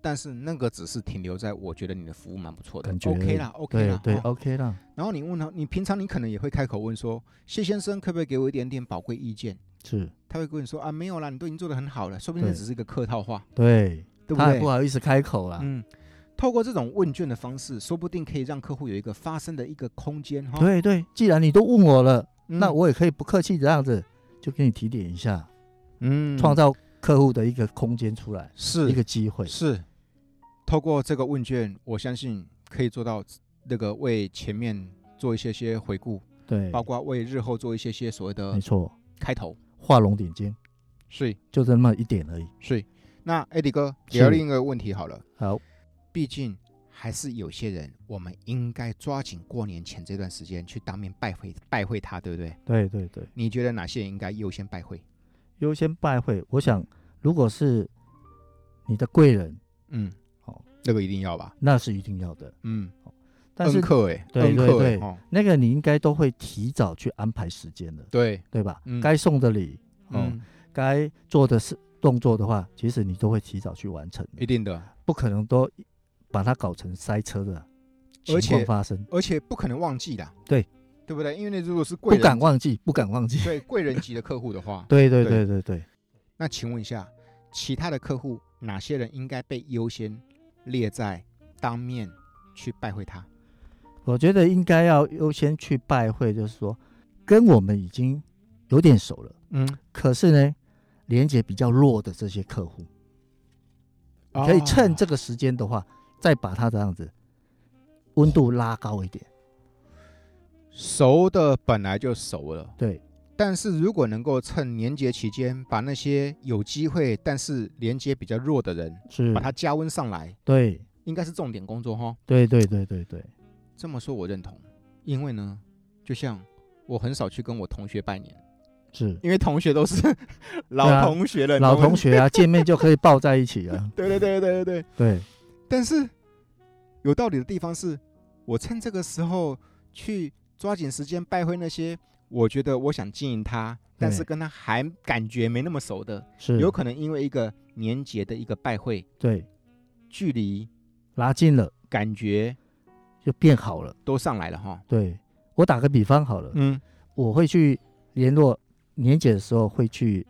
Speaker 1: 但是那个只是停留在我觉得你的服务蛮不错的
Speaker 2: 感觉
Speaker 1: ，OK 啦，OK
Speaker 2: 对
Speaker 1: 啦，
Speaker 2: 对
Speaker 1: 哦
Speaker 2: ，OK 啦，
Speaker 1: 然后你问他，你平常你可能也会开口问说，谢先生可不可以给我一点点宝贵意见？
Speaker 2: 是
Speaker 1: 他会跟你说啊，没有啦，你都已经做得很好了，说不定
Speaker 2: 对
Speaker 1: 这只是一个客套话，
Speaker 2: 对，
Speaker 1: 对不
Speaker 2: 他还
Speaker 1: 对？
Speaker 2: 不好意思开口啦。
Speaker 1: 嗯，透过这种问卷的方式，说不定可以让客户有一个发声的一个空间哈。
Speaker 2: 对对，既然你都问我了，
Speaker 1: 哦嗯，
Speaker 2: 那我也可以不客气这样子，就给你提点一下，
Speaker 1: 嗯
Speaker 2: 创造客户的一个空间出来，
Speaker 1: 是
Speaker 2: 一个机会。
Speaker 1: 是，透过这个问卷，我相信可以做到那个为前面做一些些回顾，
Speaker 2: 对，
Speaker 1: 包括为日后做一些些所谓的
Speaker 2: 没错，
Speaker 1: 开头。
Speaker 2: 画龙点睛，
Speaker 1: 是
Speaker 2: 就这么一点而已。
Speaker 1: 是，那艾迪哥
Speaker 2: 是
Speaker 1: 聊另一个问题好了，
Speaker 2: 好，
Speaker 1: 毕竟。还是有些人，我们应该抓紧过年前这段时间去当面拜会拜会他，对不对？
Speaker 2: 对对对。
Speaker 1: 你觉得哪些人应该优先拜会？
Speaker 2: 优先拜会。我想，如果是你的贵人，
Speaker 1: 嗯，
Speaker 2: 好，
Speaker 1: 那个一定要吧。
Speaker 2: 那是一定要的。
Speaker 1: 嗯，
Speaker 2: 但是
Speaker 1: 恩客哎，
Speaker 2: 对
Speaker 1: 恩
Speaker 2: 对
Speaker 1: 客哎，
Speaker 2: 对
Speaker 1: 哦
Speaker 2: 那个你应该都会提早去安排时间的，
Speaker 1: 对，
Speaker 2: 对吧
Speaker 1: 嗯？
Speaker 2: 该送的礼，哦，
Speaker 1: 嗯，
Speaker 2: 该做的事动作的话，其实你都会提早去完成的，
Speaker 1: 一定的，
Speaker 2: 不可能都把它搞成塞车的情
Speaker 1: 而
Speaker 2: 况
Speaker 1: 且
Speaker 2: 发生。
Speaker 1: 而且不可能忘记的，
Speaker 2: 对
Speaker 1: 对不对？因为那如果是贵
Speaker 2: 不
Speaker 1: 人
Speaker 2: 敢 忘记，不敢忘记。，
Speaker 1: 对贵人级的客户的话
Speaker 2: 对对
Speaker 1: 对
Speaker 2: 对对对，
Speaker 1: 那请问一下，其他的客户哪些人应该被优先列在当面去拜会他？
Speaker 2: 我觉得应该要优先去拜会，就是说跟我们已经有点熟了。
Speaker 1: 嗯，
Speaker 2: 可是呢，连接比较弱的这些客户，
Speaker 1: 哦
Speaker 2: 可以趁这个时间的话，再把它这样子温度拉高一点。
Speaker 1: 熟的本来就熟了。
Speaker 2: 对
Speaker 1: 但是如果能够趁年节期间，把那些有机会但是连接比较弱的人，
Speaker 2: 是
Speaker 1: 把它加温上来，
Speaker 2: 对
Speaker 1: 应该是重点工作哈。
Speaker 2: 对对对对对，
Speaker 1: 这么说我认同，因为呢，就像我很少去跟我同学拜年，
Speaker 2: 是
Speaker 1: 因为同学都是
Speaker 2: 对啊
Speaker 1: 老同学了，
Speaker 2: 老同
Speaker 1: 学，
Speaker 2: 学 啊，见面就可以抱在一起啊。
Speaker 1: 对对对对对对。
Speaker 2: 对
Speaker 1: 但是有道理的地方是，我趁这个时候去抓紧时间拜会那些我觉得我想经营他，但是跟他还感觉没那么熟的，
Speaker 2: 是
Speaker 1: 有可能因为一个年节的一个拜会，
Speaker 2: 对
Speaker 1: 距离
Speaker 2: 拉近了
Speaker 1: 感觉
Speaker 2: 就变好了。
Speaker 1: 都上来了哈。
Speaker 2: 对我打个比方好了，
Speaker 1: 嗯
Speaker 2: 我会去联络年检的时候会去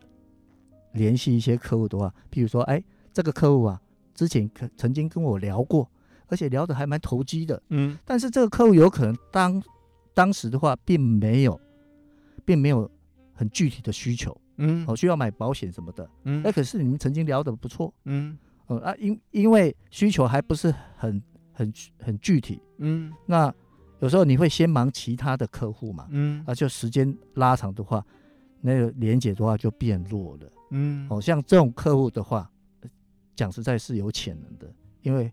Speaker 2: 联系一些客户的话，譬如说，哎，这个客户啊，之前可曾经跟我聊过，而且聊得还蛮投机的，
Speaker 1: 嗯，
Speaker 2: 但是这个客户有可能当当时的话，并没有，并没有很具体的需求，
Speaker 1: 嗯
Speaker 2: 哦，需要买保险什么的，哎，
Speaker 1: 嗯
Speaker 2: 可是你们曾经聊得不错，
Speaker 1: 嗯
Speaker 2: 哦、啊，因因为需求还不是很很很具体，
Speaker 1: 嗯
Speaker 2: 那有时候你会先忙其他的客户嘛，
Speaker 1: 嗯
Speaker 2: 啊，就时间拉长的话，那个连接的话就变弱了。
Speaker 1: 嗯，
Speaker 2: 哦，像这种客户的话，呃讲实在是有潜能的，因为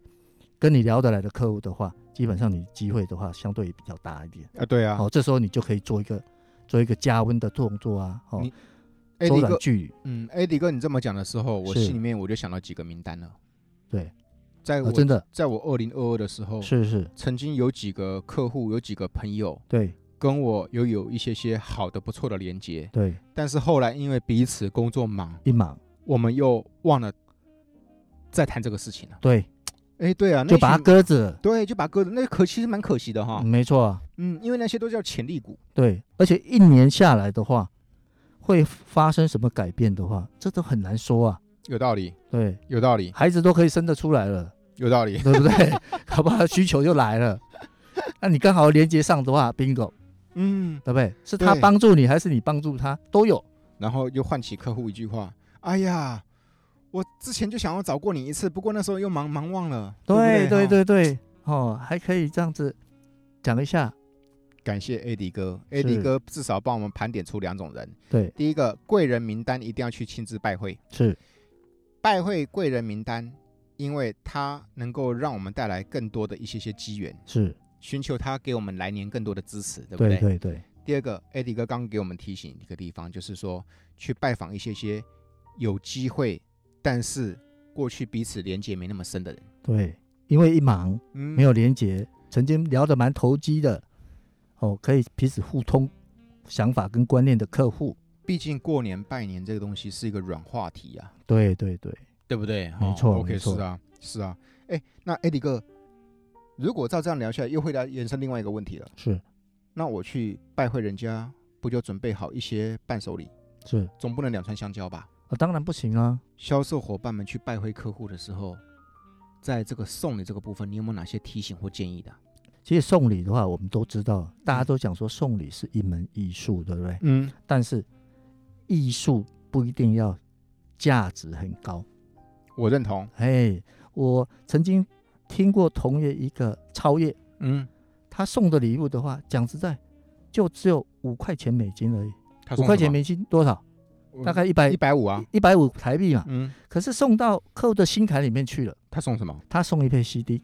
Speaker 2: 跟你聊得来的客户的话，基本上你机会的话相对也比较大一点。
Speaker 1: 啊，对啊，
Speaker 2: 哦，这时候你就可以做一个做一个加温的动作啊，哦
Speaker 1: 你，哎艾
Speaker 2: 缩
Speaker 1: 迪
Speaker 2: 短
Speaker 1: 哥，
Speaker 2: 距离，
Speaker 1: 嗯，艾迪哥，你这么讲的时候，我
Speaker 2: 是
Speaker 1: 心里面我就想到几个名单了。
Speaker 2: 对，
Speaker 1: 在
Speaker 2: 啊、
Speaker 1: 哎我哦
Speaker 2: 真的
Speaker 1: 在我二零二二的时候，
Speaker 2: 是是，
Speaker 1: 曾经有几个客户，有几个朋友，
Speaker 2: 对
Speaker 1: 跟我有有一些些好的不错的连接，
Speaker 2: 对，
Speaker 1: 但是后来因为彼此工作忙，
Speaker 2: 一忙，
Speaker 1: 我们又忘了再谈这个事情了。
Speaker 2: 对，
Speaker 1: 哎，对啊，那
Speaker 2: 就把它
Speaker 1: 群
Speaker 2: 搁着，
Speaker 1: 对，就把割了，那可其实蛮可惜的哈
Speaker 2: 嗯。没错啊，
Speaker 1: 嗯，因为那些都叫潜力股。
Speaker 2: 对，而且一年下来的话，会发生什么改变的话，这都很难说啊。
Speaker 1: 有道理，
Speaker 2: 对，
Speaker 1: 有道理，
Speaker 2: 孩子都可以生得出来 了，
Speaker 1: 有道理。
Speaker 2: 对不对？好不好？需求就来了。那你刚好连接上的话，bingo，
Speaker 1: 嗯，
Speaker 2: 对不对？是他
Speaker 1: 对
Speaker 2: 帮助你，还是你帮助他，都有。
Speaker 1: 然后又唤起客户一句话：“哎呀，我之前就想要找过你一次，不过那时候又忙忙忘了。”对
Speaker 2: 对
Speaker 1: 不
Speaker 2: 对
Speaker 1: 对
Speaker 2: 对对，哦，还可以这样子讲一下。
Speaker 1: 感谢 AD 哥
Speaker 2: 是
Speaker 1: ，AD 哥至少帮我们盘点出两种人。
Speaker 2: 对，
Speaker 1: 第一个，贵人名单一定要去亲自拜会，
Speaker 2: 是
Speaker 1: 拜会贵人名单，因为它能够让我们带来更多的一些些机缘，
Speaker 2: 是，
Speaker 1: 寻求他给我们来年更多的支持，对不
Speaker 2: 对对对，
Speaker 1: 第二个，AD 哥刚给我们提醒一个地方，就是说去拜访一些些有机会，但是过去彼此连接没那么深的人。
Speaker 2: 对，因为一忙
Speaker 1: 嗯
Speaker 2: 没有连结，曾经聊得蛮投机的，哦，可以彼此互通想法跟观念的客户。
Speaker 1: 毕竟过年拜年这个东西是一个软话题啊，
Speaker 2: 对对对，
Speaker 1: 对不对？
Speaker 2: 没错
Speaker 1: 哦、，OK，
Speaker 2: 没错
Speaker 1: 是啊，是啊。哎，那 AD 哥，如果照这样聊下来，又会来延伸另外一个问题了。
Speaker 2: 是
Speaker 1: 那我去拜会人家，不就准备好一些伴手礼？
Speaker 2: 是
Speaker 1: 总不能两串香蕉吧？
Speaker 2: 啊，当然不行啊。
Speaker 1: 销售伙伴们去拜会客户的时候，在这个送礼这个部分，你有没有哪些提醒或建议的啊？
Speaker 2: 其实送礼的话，我们都知道，大家都讲说送礼是一门艺术，对不对？
Speaker 1: 嗯，
Speaker 2: 但是艺术不一定要价值很高。
Speaker 1: 我认同。
Speaker 2: 哎，我曾经听过同业一个超越，
Speaker 1: 嗯，
Speaker 2: 他送的礼物的话，讲实在，就只有五块钱美金而已。
Speaker 1: 他
Speaker 2: 五块钱美金多少？大概一百
Speaker 1: 嗯一百五啊。
Speaker 2: 一百五台币嘛。
Speaker 1: 嗯，
Speaker 2: 可是送到客户的心坎里面去了。
Speaker 1: 他送什么
Speaker 2: 他送一片 CD，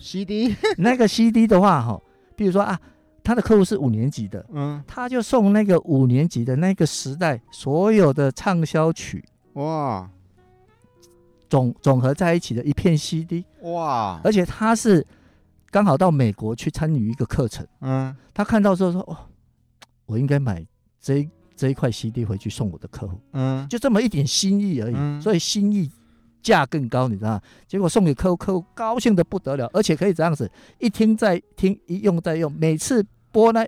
Speaker 1: ？CD。
Speaker 2: 那个 CD 的话，哈，比如说啊，他的客户是五年级的，
Speaker 1: 嗯，
Speaker 2: 他就送那个五年级的那个时代所有的畅销曲
Speaker 1: 哇
Speaker 2: 总总合在一起的一片 CD，
Speaker 1: 哇，
Speaker 2: 而且他是刚好到美国去参与一个课程，
Speaker 1: 嗯，
Speaker 2: 他看到之后说：“哦，我应该买这一这一块 CD 回去送我的客户。”
Speaker 1: 嗯，
Speaker 2: 就这么一点心意而已，
Speaker 1: 嗯
Speaker 2: 所以心意价更高，你知道吗？结果送给客户，客户高兴的不得了，而且可以这样子一听再听，一用再用，每次播那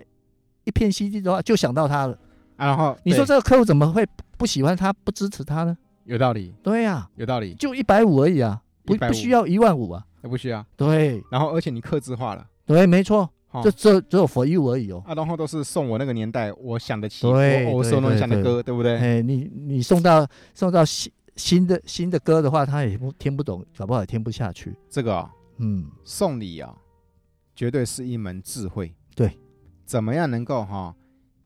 Speaker 2: 一片 CD 的话，就想到他了。
Speaker 1: 啊然后
Speaker 2: 你说
Speaker 1: 对
Speaker 2: 这个客户怎么会不喜欢他、不支持他呢？
Speaker 1: 有道理，
Speaker 2: 对呀、
Speaker 1: 有道理，
Speaker 2: 就一百五而已啊，不
Speaker 1: 150
Speaker 2: 不需要一万五啊。
Speaker 1: 那不需要。
Speaker 2: 对
Speaker 1: 然后而且你克制化了，
Speaker 2: 对，没错，
Speaker 1: 哦
Speaker 2: 就只有只有 for you 而已哦。
Speaker 1: 啊，然后都是送我那个年代我想得起，我
Speaker 2: 对
Speaker 1: 我
Speaker 2: 对
Speaker 1: 手能
Speaker 2: 对
Speaker 1: 想的
Speaker 2: 对
Speaker 1: 歌，对不对？
Speaker 2: 哎，你你送到送到新新的新的歌的话，他也不听不懂，搞不好也听不下去。
Speaker 1: 这个啊
Speaker 2: 嗯，
Speaker 1: 送礼啊，绝对是一门智慧。
Speaker 2: 对，
Speaker 1: 怎么样能够哈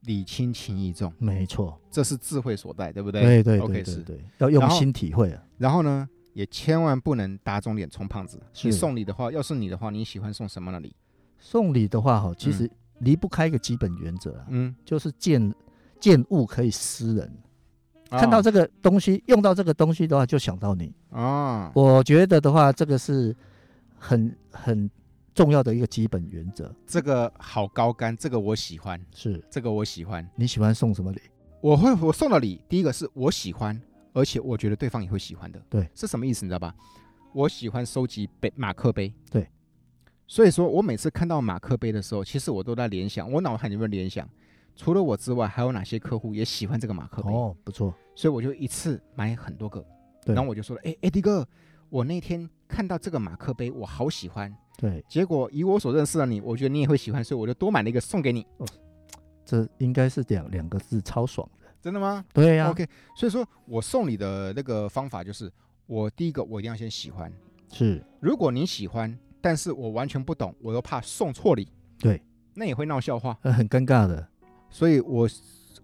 Speaker 1: 礼轻情意重，
Speaker 2: 没错，
Speaker 1: 这是智慧所在，对不对？
Speaker 2: 对对对
Speaker 1: OK，
Speaker 2: 对
Speaker 1: 是
Speaker 2: 对，要用
Speaker 1: 然后
Speaker 2: 心体会啊。
Speaker 1: 然后呢，也千万不能打肿脸充胖子。
Speaker 2: 是
Speaker 1: 你送礼的话，要是你的话，你喜欢送什么样的礼？
Speaker 2: 送礼的话，哈，其实离不开一个基本原则啊，
Speaker 1: 嗯，
Speaker 2: 就是见见物可以思人。
Speaker 1: 啊
Speaker 2: 看到这个东西，用到这个东西的话，就想到你。
Speaker 1: 啊，
Speaker 2: 我觉得的话，这个是很很重要的一个基本原则。
Speaker 1: 这个好高干，这个我喜欢，
Speaker 2: 是
Speaker 1: 这个我喜欢。
Speaker 2: 你喜欢送什么礼？
Speaker 1: 我会我送的礼，第一个是我喜欢，而且我觉得对方也会喜欢的。
Speaker 2: 对，
Speaker 1: 是什么意思？你知道吧？我喜欢收集杯马克杯。
Speaker 2: 对，
Speaker 1: 所以说我每次看到马克杯的时候，其实我都在联想，我脑海里面联想，除了我之外，还有哪些客户也喜欢这个马克杯？
Speaker 2: 哦，不错，
Speaker 1: 所以我就一次买很多个。
Speaker 2: 对
Speaker 1: 然后我就说了，哎、哎，迪哥，我那天看到这个马克杯，我好喜欢。
Speaker 2: 对，
Speaker 1: 结果以我所认识的你，我觉得你也会喜欢，所以我就多买了一个送给你。
Speaker 2: 这应该是两两个字，超爽的。
Speaker 1: 真的吗、
Speaker 2: 对啊呀、
Speaker 1: o k 所以说我送你的那个方法就是，我第一个我一定要先喜欢。
Speaker 2: 是
Speaker 1: 如果你喜欢，但是我完全不懂，我又怕送错礼，
Speaker 2: 对，
Speaker 1: 那也会闹笑话。
Speaker 2: 呃很尴尬的。
Speaker 1: 所以我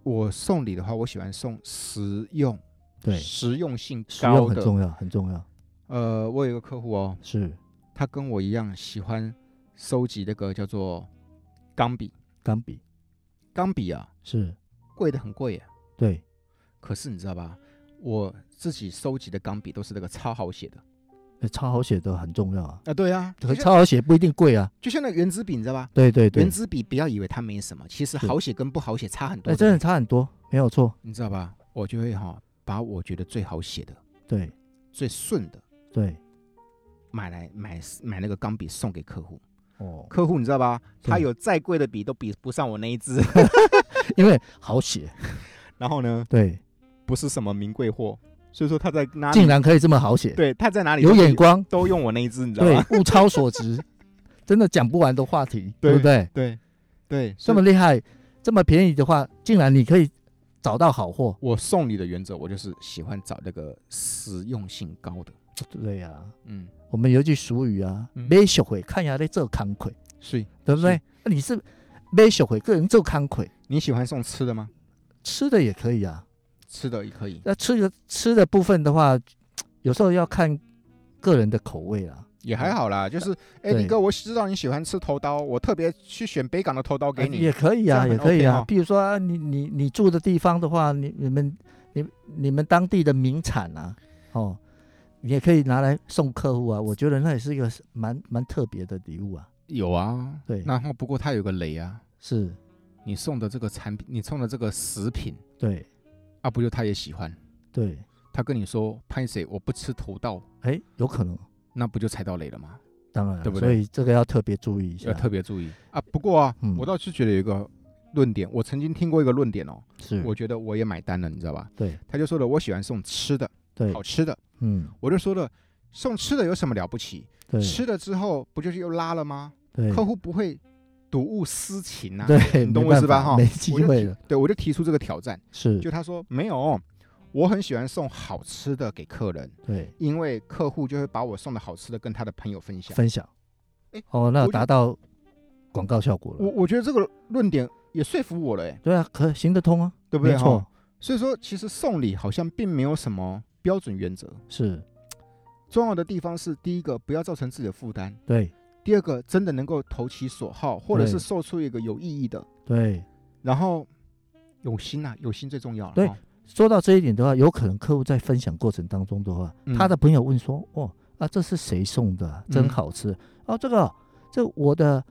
Speaker 1: 我送礼的话，我喜欢送实用，
Speaker 2: 对，
Speaker 1: 实用性
Speaker 2: 实
Speaker 1: 高
Speaker 2: 用很
Speaker 1: 的。
Speaker 2: 重要，很重要。
Speaker 1: 呃，我有一个客户哦，
Speaker 2: 是
Speaker 1: 他跟我一样喜欢收集那个叫做钢笔。
Speaker 2: 钢笔，
Speaker 1: 钢笔啊，
Speaker 2: 是
Speaker 1: 贵的很贵耶。
Speaker 2: 对，
Speaker 1: 可是你知道吧？我自己收集的钢笔都是那个超好写的，
Speaker 2: 呃超好写的很重要啊，
Speaker 1: 啊，对啊，就
Speaker 2: 可
Speaker 1: 是像
Speaker 2: 超好写不一定贵啊。
Speaker 1: 就像那个原子笔，你知道吧？
Speaker 2: 对对对
Speaker 1: 原，子笔不要以为它没什么，其实
Speaker 2: 对
Speaker 1: 好写跟不好写差很多
Speaker 2: 哎，
Speaker 1: 的。
Speaker 2: 真的差很多，没有错。
Speaker 1: 你知道吧？我就会哈、把我觉得最好写的、
Speaker 2: 对
Speaker 1: 最顺的
Speaker 2: 对，
Speaker 1: 买来买买那个钢笔送给客户。
Speaker 2: 哦，
Speaker 1: 客户你知道吧？他
Speaker 2: 对
Speaker 1: 有再贵的笔都比不上我那一支。
Speaker 2: 因为好写，
Speaker 1: 然后呢，
Speaker 2: 对，
Speaker 1: 不是什么名贵货，所以说他在哪
Speaker 2: 竟
Speaker 1: 里？
Speaker 2: 然可以这么好写，
Speaker 1: 啊对，他在哪里
Speaker 2: 有
Speaker 1: 都
Speaker 2: 眼
Speaker 1: 比
Speaker 2: 光，
Speaker 1: 都用我那一支，你知道
Speaker 2: 对
Speaker 1: 吧？，
Speaker 2: 物超所值，真的讲不完的话题，对不
Speaker 1: 对
Speaker 2: 对？
Speaker 1: 对对，
Speaker 2: 这
Speaker 1: 所以
Speaker 2: 么厉害，这么便宜的话，竟然你可以找到好货，
Speaker 1: 我送礼的原则，我就是喜欢找那个实用性高的。
Speaker 2: 对呀、
Speaker 1: 嗯，
Speaker 2: 我们有一句俗语啊，
Speaker 1: 嗯
Speaker 2: 买小会看下在做康亏，
Speaker 1: 所以
Speaker 2: 对不对？
Speaker 1: 是
Speaker 2: 那你是买小会个人做康亏，
Speaker 1: 你喜欢送吃的吗？
Speaker 2: 吃的也可以啊。
Speaker 1: 吃的也可以，
Speaker 2: 那吃的吃的部分的话，有时候要看个人的口味啦。
Speaker 1: 也还好啦。就是，哎，
Speaker 2: 嗯对
Speaker 1: 你哥，我知道你喜欢吃头刀，我特别去选北港的头刀给
Speaker 2: 啊也
Speaker 1: 你。
Speaker 2: 可以
Speaker 1: 这样
Speaker 2: 啊，
Speaker 1: 很
Speaker 2: 也可以
Speaker 1: OK
Speaker 2: 啊。
Speaker 1: 哦哈
Speaker 2: 比如说、啊、你你你住的地方的话，你你们你你们当地的名产啊，哦，你也可以拿来送客户啊。我觉得那也是一个蛮蛮特别的礼物啊。
Speaker 1: 有啊，
Speaker 2: 对
Speaker 1: 然后不过它有个雷啊，
Speaker 2: 是，
Speaker 1: 你送的这个产品，你送的这个食品，
Speaker 2: 对
Speaker 1: 啊，不就他也喜欢？
Speaker 2: 对，
Speaker 1: 他跟你说拍谁，我不吃头道，
Speaker 2: 哎，有可能，
Speaker 1: 那不就踩到雷了吗？
Speaker 2: 当然啊，
Speaker 1: 对不
Speaker 2: 所
Speaker 1: 对
Speaker 2: 以这个要特别注意一下。
Speaker 1: 要特别注意啊。不过啊，
Speaker 2: 嗯
Speaker 1: 我倒是觉得有一个论点，我曾经听过一个论点哦，
Speaker 2: 是，
Speaker 1: 我觉得我也买单了，你知道吧？
Speaker 2: 对
Speaker 1: 他就说了，我喜欢送吃的，
Speaker 2: 对
Speaker 1: 好，吃的，
Speaker 2: 嗯，
Speaker 1: 我就说了。送吃的有什么了不起？
Speaker 2: 对
Speaker 1: 吃了之后不就是又拉了吗？
Speaker 2: 对
Speaker 1: 客户不会睹物思情啊。
Speaker 2: 嗯对，
Speaker 1: 你懂
Speaker 2: 没
Speaker 1: 我意思
Speaker 2: 办
Speaker 1: 吧
Speaker 2: 法
Speaker 1: 哈
Speaker 2: 没
Speaker 1: 我
Speaker 2: 机
Speaker 1: 就
Speaker 2: 会
Speaker 1: 提
Speaker 2: 了，
Speaker 1: 对，我就提出这个挑战。
Speaker 2: 是，
Speaker 1: 就他说没有，啊我很喜欢送好吃的给客人，
Speaker 2: 对，
Speaker 1: 因为客户就会把我送的好吃的跟他的朋友分享。
Speaker 2: 分享
Speaker 1: 哎。
Speaker 2: 哦，那
Speaker 1: 我
Speaker 2: 有
Speaker 1: 就
Speaker 2: 达到广告效果
Speaker 1: 我
Speaker 2: 了。
Speaker 1: 我觉得这个论点也说服我了，哎，
Speaker 2: 对啊，可行得通啊，
Speaker 1: 对不对？
Speaker 2: 没错
Speaker 1: 哈。，所以说，其实送礼好像并没有什么标准原则，
Speaker 2: 是
Speaker 1: 重要的地方是第一个不要造成自己的负担，
Speaker 2: 对
Speaker 1: 第二个真的能够投其所好，或者
Speaker 2: 对
Speaker 1: 是送出一个有意义的，
Speaker 2: 对。
Speaker 1: 然后有心呐、啊有心最重要了。
Speaker 2: 对
Speaker 1: 哈，
Speaker 2: 说到这一点的话，有可能客户在分享过程当中的话，
Speaker 1: 嗯
Speaker 2: 他的朋友问说：“哦啊，这是谁送的啊？真
Speaker 1: 嗯
Speaker 2: 好吃、哦！这个这我的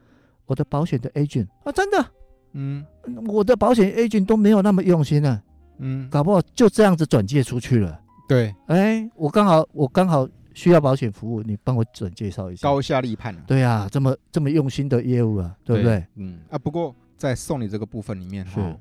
Speaker 2: 我的保险的 agent 啊，真的，
Speaker 1: 嗯
Speaker 2: 嗯我的保险 agent 都没有那么用心呢、
Speaker 1: 嗯，
Speaker 2: 搞不好就这样子转介出去了。
Speaker 1: 对，
Speaker 2: 哎，我刚好我刚好需要保险服务，你帮我转介绍一下。
Speaker 1: 高下立判啊，
Speaker 2: 对啊，这么这么用心的业务啊，对不对？？
Speaker 1: 嗯啊，不过在送礼这个部分里面，
Speaker 2: 是
Speaker 1: 哈，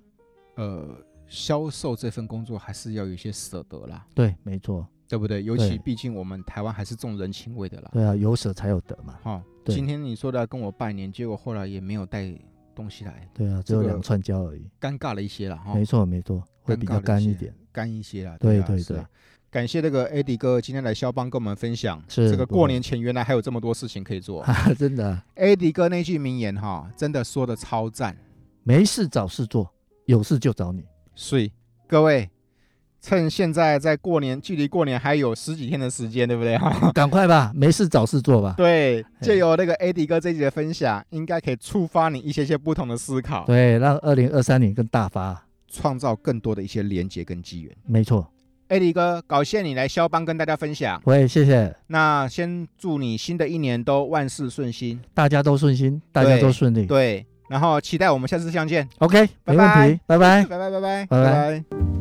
Speaker 1: 呃，销售这份工作还是要有一些舍得啦，
Speaker 2: 对，没错，
Speaker 1: 对不对？尤其
Speaker 2: 对
Speaker 1: 毕竟我们台湾还是重人情味的啦。
Speaker 2: 对啊，有舍才有得嘛。
Speaker 1: 哈，
Speaker 2: 对
Speaker 1: 今天你说的跟我拜年，结果后来也没有带东西来，
Speaker 2: 对啊，只有
Speaker 1: 这个
Speaker 2: 两串胶而已。
Speaker 1: 尴尬了一些了哈，
Speaker 2: 没错，没错，会比较
Speaker 1: 哦尴尬了
Speaker 2: 干
Speaker 1: 一些
Speaker 2: 一点。
Speaker 1: 干一些了。
Speaker 2: 对
Speaker 1: 啊
Speaker 2: 对
Speaker 1: 是啊
Speaker 2: 对
Speaker 1: 感谢那个 AD 哥今天来肖邦跟我们分享，
Speaker 2: 是
Speaker 1: 这个
Speaker 2: 不
Speaker 1: 过
Speaker 2: 会
Speaker 1: 年前原来还有这么多事情可以做。
Speaker 2: 啊，真的啊、
Speaker 1: AD 哥那句名言哈，真的说的超赞，
Speaker 2: 没事找事做，有事就找你。
Speaker 1: 所以各位，趁现在在过年，距离过年还有十几天的时间，对不对 哈？
Speaker 2: 赶快吧，没事找事做吧。
Speaker 1: 对，
Speaker 2: 嘿
Speaker 1: 借由那个 AD 哥这一集的分享，应该可以触发你一些些不同的思考，
Speaker 2: 对，让二零二三年更大发。
Speaker 1: 创造更多的一些连接跟机缘。
Speaker 2: 没错，
Speaker 1: AD 哥，感谢你来肖邦跟大家分享。
Speaker 2: 喂，谢谢，
Speaker 1: 那先祝你新的一年都万事顺心，
Speaker 2: 大家都顺心，大家都顺利。
Speaker 1: 对，然后期待我们下次相见。
Speaker 2: OK，没问题，拜拜
Speaker 1: 拜拜拜拜
Speaker 2: 哎拜
Speaker 1: 拜拜。